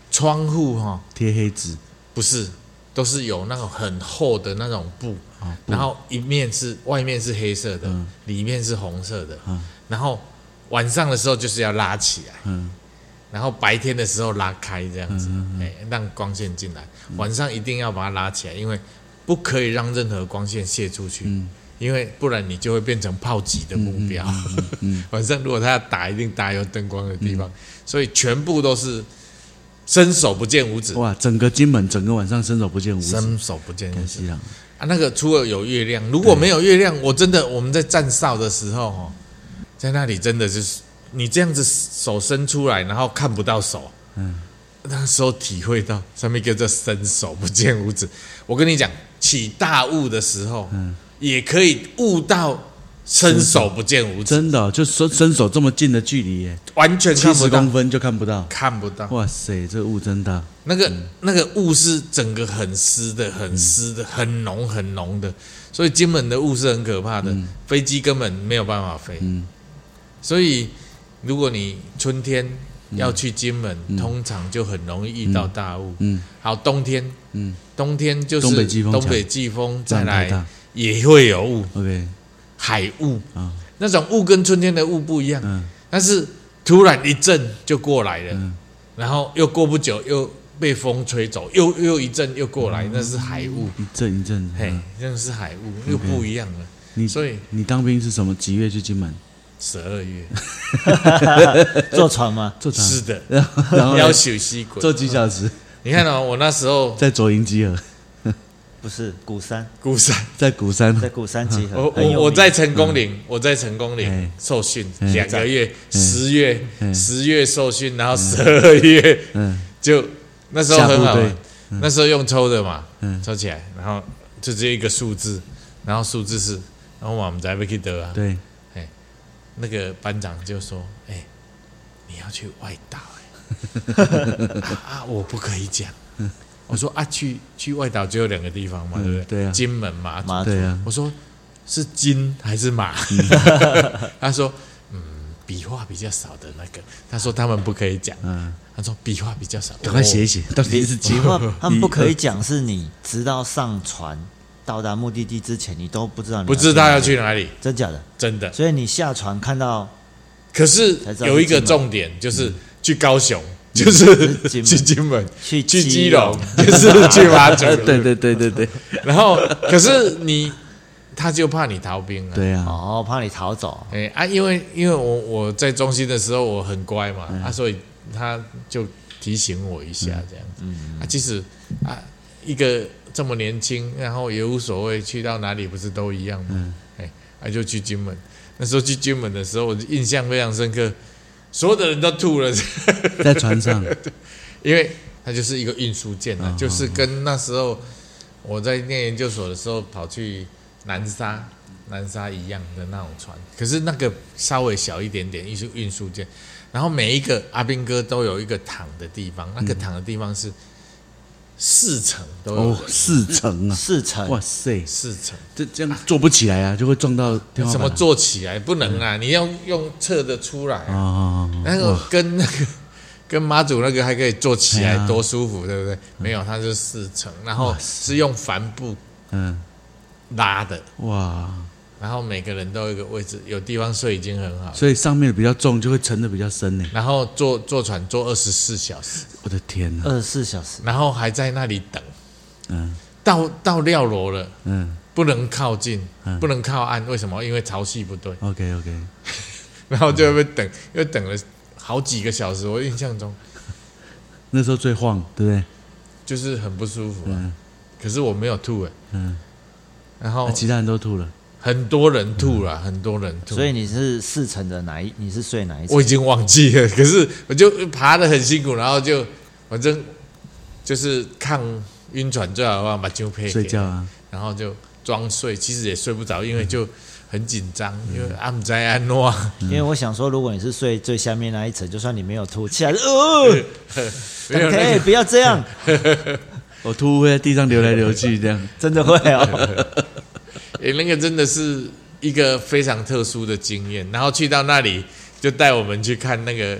S2: 窗户哈、
S1: 贴黑纸
S2: 不是都是有那种很厚的那种布，
S1: 啊，不
S2: 然后一面是外面是黑色的，
S1: 嗯
S2: 里面是红色的，
S1: 嗯
S2: 然后晚上的时候就是要拉起来。
S1: 嗯
S2: 然后白天的时候拉开这样子，哎、让光线进来。
S1: 嗯
S2: 晚上一定要把它拉起来，因为不可以让任何光线泄出去，
S1: 嗯
S2: 因为不然你就会变成炮击的目标。
S1: 嗯
S2: 晚上如果他要打，一定打有灯光的地方，所以全部都是伸手不见五指，
S1: 哇，整个金门整个晚上伸手不见五指，
S2: 伸手不见五
S1: 可
S2: 指
S1: 惜了。
S2: 啊。那个除了有月亮，如果没有月亮，我真的我们在站哨的时候，哦，在那里真的就是你这样子手伸出来，然后看不到手。
S1: 嗯，
S2: 那时候体会到上面叫做伸手不见五指。我跟你讲，起大雾的时候，也可以悟到伸手不见五指，
S1: 真的哦、就伸伸手这么近的距离耶，
S2: 完全
S1: 七
S2: 看
S1: 十
S2: 不到
S1: 公，分就看不到。
S2: 看不到。
S1: 哇塞，这雾真大。
S2: 那个那个雾是整个很湿的，很湿的，很浓很浓的，所以金门的雾是很可怕
S1: 嗯
S2: 的，飞机根本没有办法飞。所以如果你春天要去金门，通常就很容易遇到大雾。
S1: 嗯
S2: 好，冬天，
S1: 嗯，
S2: 冬天就是
S1: 东北季风强
S2: 东北季风再
S1: 浪太大
S2: 来也会有雾，
S1: ，OK
S2: 海雾
S1: 啊，
S2: 那种雾跟春天的雾不一样，
S1: 嗯
S2: 但是突然一阵就过来了，
S1: 嗯
S2: 然后又过不久又被风吹走，又又一阵又过
S1: 嗯
S2: 来，那是海雾，
S1: 一阵一阵。
S2: 嘿
S1: 嗯，
S2: 那是海雾，又不一样了。
S1: 你
S2: 所以
S1: 你当兵是什么几月去金门？
S2: 十二月
S3: 坐船吗？
S1: 坐船，
S2: 是的，
S1: 然后然后
S2: 要
S1: 呢
S2: 休息鬼。
S1: 坐几小时，
S2: 你看哦，我那时候
S1: 在左营集合，
S3: 不是，鼓山，
S2: 孤山，
S1: 在鼓山。
S3: 在鼓山
S1: 嗯
S3: 集合。
S2: 我
S3: 很有
S2: 我我
S3: 名
S2: 在成功岭，我在成功岭
S1: 哎
S2: 受训
S1: 哎
S2: 两个月，
S1: 哎
S2: 十月
S1: 哎
S2: 十月受训，然后十二月
S1: 嗯
S2: 就那时候很好
S1: 下部队
S2: 玩，那时候用抽的嘛
S1: 嗯，
S2: 抽起来，然后就只有一个数字，然后数字是，然后我们在被去得啊，
S1: 对，
S2: 哎，那个班长就说：“哎、你要去外岛、 哎啊啊，我不可以讲。”我说：“啊，去去外岛只有两个地方嘛，
S1: 嗯
S2: 对不对？
S1: 对啊
S2: 金门、马祖。
S3: 马祖
S1: 对啊，
S2: 我说：“是金还 是马？”他说：“嗯，笔画比较少的那个。”他说：“他们不可以讲。
S1: 嗯，
S2: 他说：“笔画比较少。”哦
S1: 赶快写一写，到底是
S3: 结
S1: 几
S3: 果
S1: 号？
S3: 他们不可以
S1: 你
S3: 讲，是你直到上船到达目的地之前，你都不知道你
S2: 不知道
S3: 哪
S2: 要
S3: 里，
S2: 去哪里，
S3: 真假的？
S2: 真的。
S3: 所以你下船看到
S2: 可是
S3: 才知道是
S2: 有一个
S3: 金门
S2: 重点就是去高雄，
S1: 嗯
S2: 就是
S3: 是金门
S2: 去金门，
S3: 去
S2: 去基
S3: 基
S2: 隆
S3: 隆，
S2: 就是去马祖
S1: 呃，。 对对对对对
S2: 然后，可是你他就怕你逃兵啊。。
S1: 对啊，
S3: 哦，怕你逃走，
S2: 哎啊，因为因为我我在中心的时候我很乖嘛，啊，所以他就提醒我一下这样子。啊，其实啊，一个这么年轻，然后也无所谓，去到哪里不是都一样嘛？哎，啊，就去金门。那时候去金门的时候，我就印象非常深刻，所有的人都吐了。
S1: 在船上，
S2: 因为它就是一个运输舰
S1: 嗯
S2: 啊，就是跟那时候我在念研究所的时候跑去南沙、南沙一样的那种船，可是那个稍微小一点点运输运输舰，然后每一个阿兵哥都有一个躺的地方，
S1: 嗯
S2: 那个躺的地方是四层都有
S1: 哦
S2: 人，，
S1: 四层 啊，
S3: 四层
S1: 哇塞，
S2: 四层。
S1: 这这样坐不起来啊，就会撞到天花板啊。
S2: 怎么坐起来不能啊？你要用侧的出来
S1: 啊？
S2: 啊
S1: 哦哦
S2: 那个跟那个 跟妈祖那个还可以坐起来
S1: 哎，呀
S2: 多舒服，对不对？没有，它是四层，然后是用帆布
S1: 嗯，
S2: 拉的，
S1: 哇，
S2: 然后每个人都有一个位置，有地方睡已经很好了。
S1: 所以上面比较重，就会沉的比较深呢。
S2: 然后坐坐船坐二十四小时，
S1: 我的天啊哪，
S3: 二十四小时，
S2: 然后还在那里等，
S1: 嗯
S2: 到到料罗了，
S1: 嗯
S2: 不能靠近
S1: 嗯，
S2: 不能靠岸，为什么？因为潮汐不对，
S1: ，OK OK，
S2: 然后就会被等，又等了好几个小时。我印象中
S1: 那时候最晃，对不对？
S2: 就是很不舒服啊、
S1: 嗯
S2: 可是我没有吐哎、
S1: 嗯，
S2: 然后
S1: 那其他人都吐了，
S2: 很多人吐了，很多人吐。
S3: 所以你是四层的哪一？你是睡哪一层
S2: 我已？经忘记了， 可是我就爬得很辛苦，然后就反正就是抗晕船最好的话把酒配给
S1: 睡觉，啊，
S2: 然后就装睡，其实也睡不着，因
S3: 嗯
S2: 为就很紧张，因为阿姆在安诺，啊
S3: 因为我想说，如果你是睡最下面那一层，就算你没有吐起来，呃，
S2: 没有
S3: 可
S2: 那
S3: 以
S2: 个
S3: 不要这样，
S1: 我吐会在地上流来流去这样。
S3: 真的会哦。
S2: 诶那个真的是一个非常特殊的经验。然后去到那里就带我们去看那个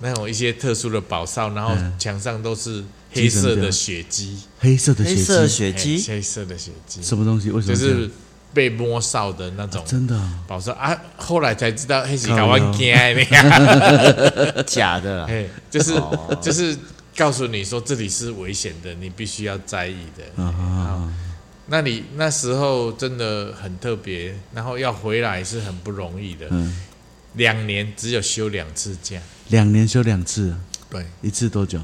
S2: 那种一些特殊的宝哨，然后
S3: 嗯
S2: 墙上都是黑色的血迹，
S1: 黑色的
S3: 黑
S1: 血
S3: 色
S1: 迹，
S2: 诶
S3: 血迹，
S2: 黑色的血迹，
S1: 什么东西？为什么
S2: 就
S1: 这样？
S2: 是被摸哨的那种。
S1: 真的啊
S2: 宝说啊，后来才知道黑是搞
S1: 靠腰
S2: 我惊 的，
S3: 呃假的啦，
S2: 嘿就是
S3: 哦
S2: 就是告诉你说这里是危险的，你必须要在意的。
S1: 啊啊！
S2: 那你那时候真的很特别，然后要回来是很不容易的，
S1: 嗯，
S2: 两年只有休两次假，
S1: 两年休两次啊，
S2: 对，
S1: 一次多久？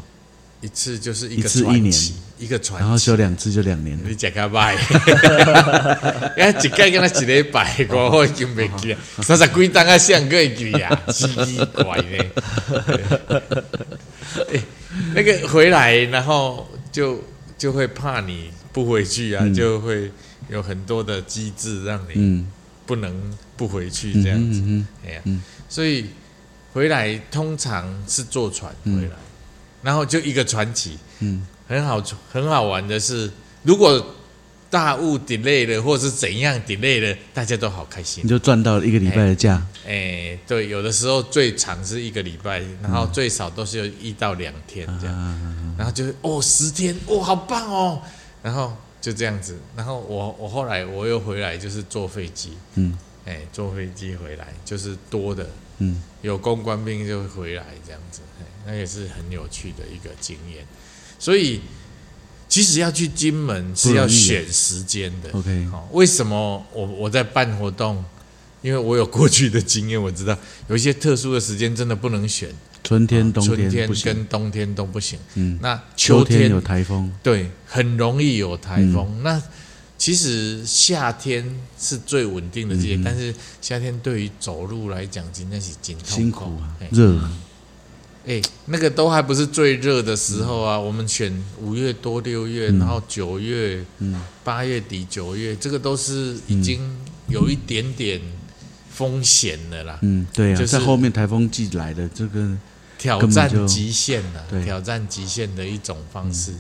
S2: 一次就是一
S1: 一
S2: 个
S1: 次一
S2: 传
S1: 年
S2: 奇，一个传
S1: 然后
S2: 奇。
S1: 休两次就两年。
S2: 你食较歹， 哎呀，一届敢若一礼拜，我已经袂记啊，三十几档啊，谁人个会记啊？奇怪呢、 欸那个回来，然后就就会怕你不回去啊，就会有很多的机制让你
S1: 嗯，
S2: 不能不回去
S1: 嗯
S2: 这样子。
S1: 嗯嗯
S2: 哎呀、所以回来通常是坐船回来，然后就一个传奇，
S1: 嗯，
S2: 很好很好玩的是，如果大雾 delay 了，或是怎样 delay 了，大家都好开心
S1: 你。就赚到了一个礼拜的假。
S2: 哎、对，有的时候最长是一个礼拜，然后最少都是有一到两天
S1: 嗯
S2: 这样，然后就是哦十天，哦好棒哦，然后就这样子，然后我我后来我又回来就是坐飞机，
S1: 嗯
S2: 哎、坐飞机回来就是多的，
S1: 嗯，
S2: 有公关病就回来这样子，嘿那也是很有趣的一个经验。所以其实要去金门是
S1: 啊
S2: 要选时间的。
S1: 不容易 OK
S2: 好为什么我我在办活动？因为我有过去的经验，我知道有一些特殊的时间真的不能选，
S1: 春天、冬
S2: 啊春
S1: 天
S2: 天
S1: 不行，
S2: 跟冬天都不行。
S1: 嗯，
S2: 那
S1: 秋
S2: 秋
S1: 天有台嗯风。
S2: 对，很容易有台风。那其实夏天是最稳定的季节，
S1: 嗯
S2: 但是夏天对于走路来讲，真的是紧
S1: 辛苦啊
S2: 哎，、
S1: 热啊，
S2: 哎那个都还不是最热的时候啊。我们选五月多、六月，然后九月、
S1: 嗯
S2: 八月底、九月，这个都是已经有一点点风险的啦，
S1: 嗯，对啊，
S2: 就是
S1: 在后面台风季来的这个，
S2: 挑
S1: 根本就
S2: 战极限了、
S1: 对嗯
S2: 挑战极限的一种方式。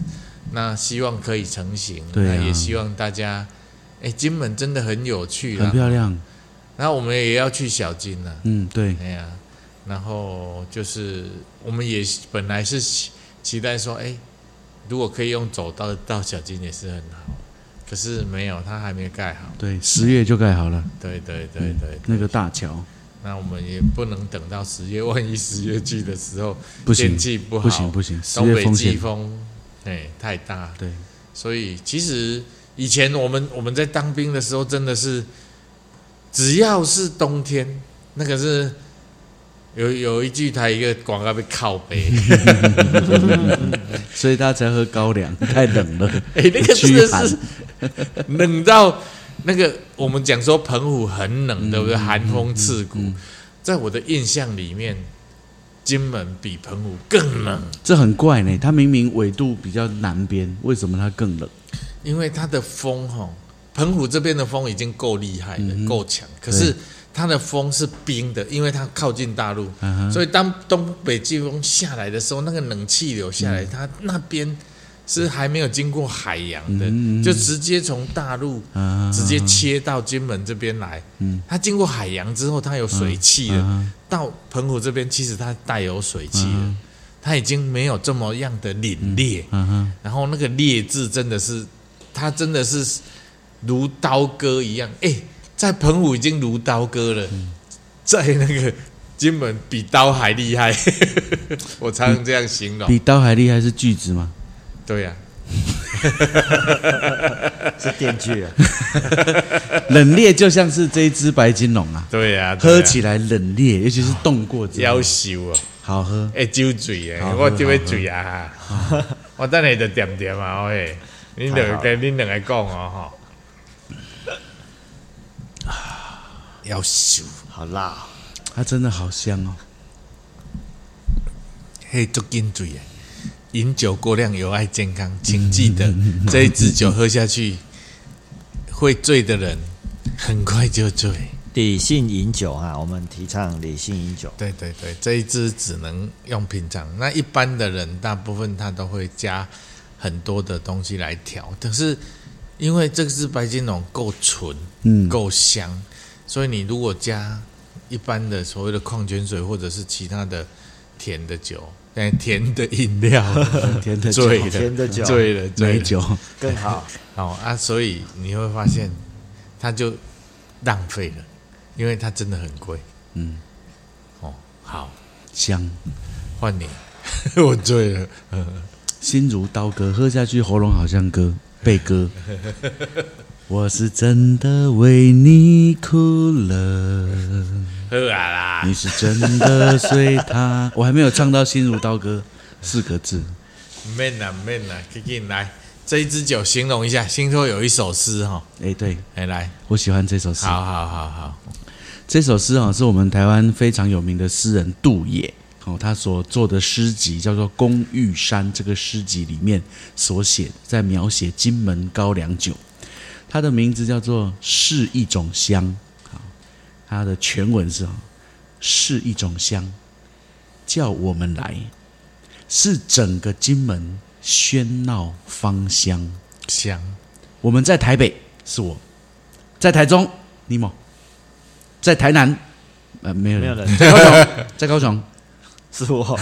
S2: 那希望可以成型，
S1: 对啊
S2: 那也希望大家，哎，金门真的很有趣
S1: 很
S2: 啦。
S1: 漂亮，
S2: 然后我们也要去小金了、
S1: 嗯，对，
S2: 哎呀，然后就是我们也本来是期期待说，哎，如果可以用走到到小金也是很好，可是没有，它还没盖好。
S1: 对，十月就盖好了，
S2: 对对对
S1: 嗯
S2: 对，
S1: 那个大桥
S2: 那我们也不能等到十月，万一十月去的时候
S1: 不行
S2: 天，气不好，
S1: 不行，不行，十
S2: 东
S1: 月
S2: 北
S1: 风
S2: 季
S1: 险，
S2: 风，哎，太大，
S1: 对，
S2: 所以其实以前我们我们在当兵的时候，真的是只要是冬天，那个是有有一句台一个广告被靠背，
S1: 所以大家才喝高 粱，太冷了，
S2: 哎，那个真
S1: 驱寒
S2: 的是冷到那个我们讲说澎湖很冷，对不对？寒风刺骨，在我的印象里面，金门比澎湖更冷。
S1: 这很怪呢。它明明纬度比较南边，为什么它更冷？
S2: 因为它的风吼，澎湖这边的风已经够厉害
S1: 嗯
S2: 了，够强。可是它的风是冰的，因为它靠近大陆，
S1: 嗯哼
S2: 所以当东北季风下来的时候，那个冷气流下
S1: 嗯
S2: 来，它那边是还没有经过海洋的，
S1: 嗯嗯嗯
S2: 就直接从大陆
S1: 啊，
S2: 直接切到金门这边来。
S1: 嗯
S2: 它经过海洋之后，它有水汽了，
S1: 啊
S2: 到澎湖这边其实它带有水汽了，
S1: 嗯
S2: 它已经没有这么样的凛冽。
S1: 啊哈，
S2: 然后那个劣质真的是，它真的是如刀割一样。哎，在澎湖已经如刀割了，在那个金门比刀还厉害， 我常常这样形容。
S1: 比刀还厉害是锯子 吗？
S2: 对呀、
S3: 是电锯啊，
S1: 冷冽就像是这一只白金龙啊，
S2: 对呀、对呀
S1: 喝起来冷冽，尤其是冻过之后
S2: 夭寿哦，
S1: 好喝。
S2: 会酒醉诶，
S1: 好
S2: 我就会醉啊！ 我等下就点点啊，喂，恁两
S3: 太好
S2: 个恁两个讲哦吼，夭寿，
S3: 好辣哦、
S1: 它真的好香哦。
S2: 嘿，足紧醉诶！饮酒过量有害健康，请记得这一支酒喝下去，会醉的人很快就醉。
S3: 理性饮酒啊，我们提倡理性饮酒。
S2: 对对对，这一支只能用品尝。那一般的人，大部分他都会加很多的东西来调，但是因为这支白金龙够纯，
S1: 嗯
S2: 够香，所以你如果加一般的所谓的矿泉水或者是其他的甜的酒，哎，甜的饮料，
S1: 甜的酒
S2: 醉了，
S3: 甜的酒
S2: 醉了，醉
S1: 美
S2: 了，
S1: 酒，
S3: 更好，
S2: 好啊，所以你会发现，它就浪费了，因为它真的很贵。
S1: 嗯，
S2: 哦，好，
S1: 香，
S2: 换你， 我醉了。
S1: 心如刀割，喝下去喉咙好像割被割。 我是真的为你哭了，
S2: 喝啊啦！
S1: 你是真的随他。我还没有唱到“心如刀割”四个字。
S2: man 啊 man 啊，赶紧来！这一支酒形容一下，新说有一首诗哈、哦，
S1: 哎，对
S2: 哎来，
S1: 我喜欢这首诗。
S2: 好好好好，
S1: 这首诗啊，是我们台湾非常有名的诗人杜野哦，他所做的诗集叫做《公寓山》，这个诗集里面所写在描写金门高粱酒，它的名字叫做“是一种香”好，它的全文是啊，是一种香，叫我们来，是整个金门喧闹芳香。
S2: 香
S1: 我们在台北是我，在台中尼莫，在台南呃没有
S3: 没有
S1: 人，
S3: 人
S1: 在高雄， 在高雄
S3: 是我，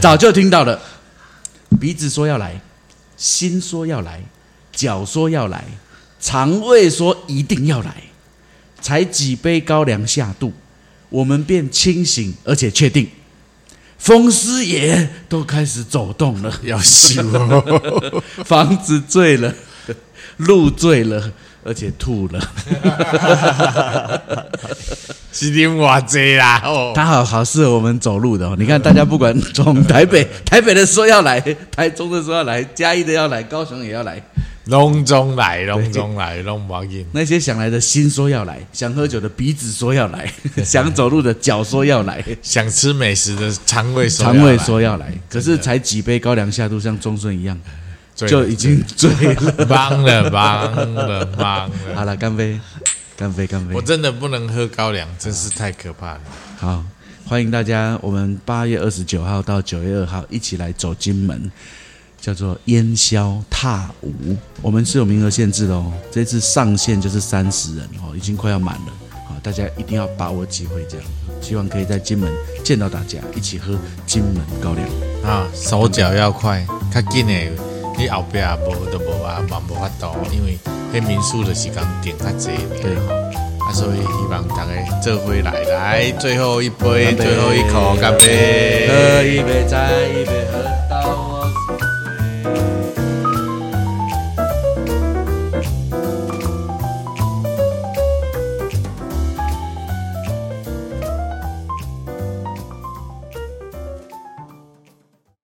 S1: 早就听到了，鼻子说要来，心说要来，脚说要来，肠胃说一定要来，才几杯高粱下肚，我们便清醒而且确定，风师爷都开始走动了。
S2: 要修、哦，
S1: 房子醉了， 路醉了，而且吐了。
S2: 是啉偌济啦哦。
S1: 它好好适合我们走路的、哦。你看，大家不管从台 北，台北的说要来，台中的说要来，嘉义的要来，高雄也要来。
S2: 隆中来，隆中来，拢无要紧。
S1: 那些想来的心说要来，想喝酒的鼻子说要 来，想走路的脚说要来，
S2: 想吃美食的肠胃说要来，
S1: 肠胃说要来。可是才几杯高粱下肚，像钟顺一样
S2: 醉了
S1: 就已经醉了。
S2: 帮了，帮了，帮了。
S1: 好了，干杯！干杯，干杯
S2: 我！真的不能喝高粱，真是太可怕了。
S1: 好，欢迎大家，我们八月二十九号到九月二号一起来走金门，叫做烟消踏舞。我们是有名额限制的哦，这次上限就是三十人哦，已经快要满了。好，大家一定要把握机会，这样希望可以在金门见到大家，一起喝金门高粱。
S2: 啊，手脚要快，较紧诶！你后壁也无都无啊，嘛无法度，因为迄民宿就是讲订较济
S1: 对
S2: 尔吼，啊，所以希望大家做伙来来，最后一杯，最后一口，干杯！
S1: 一杯，再一杯，喝。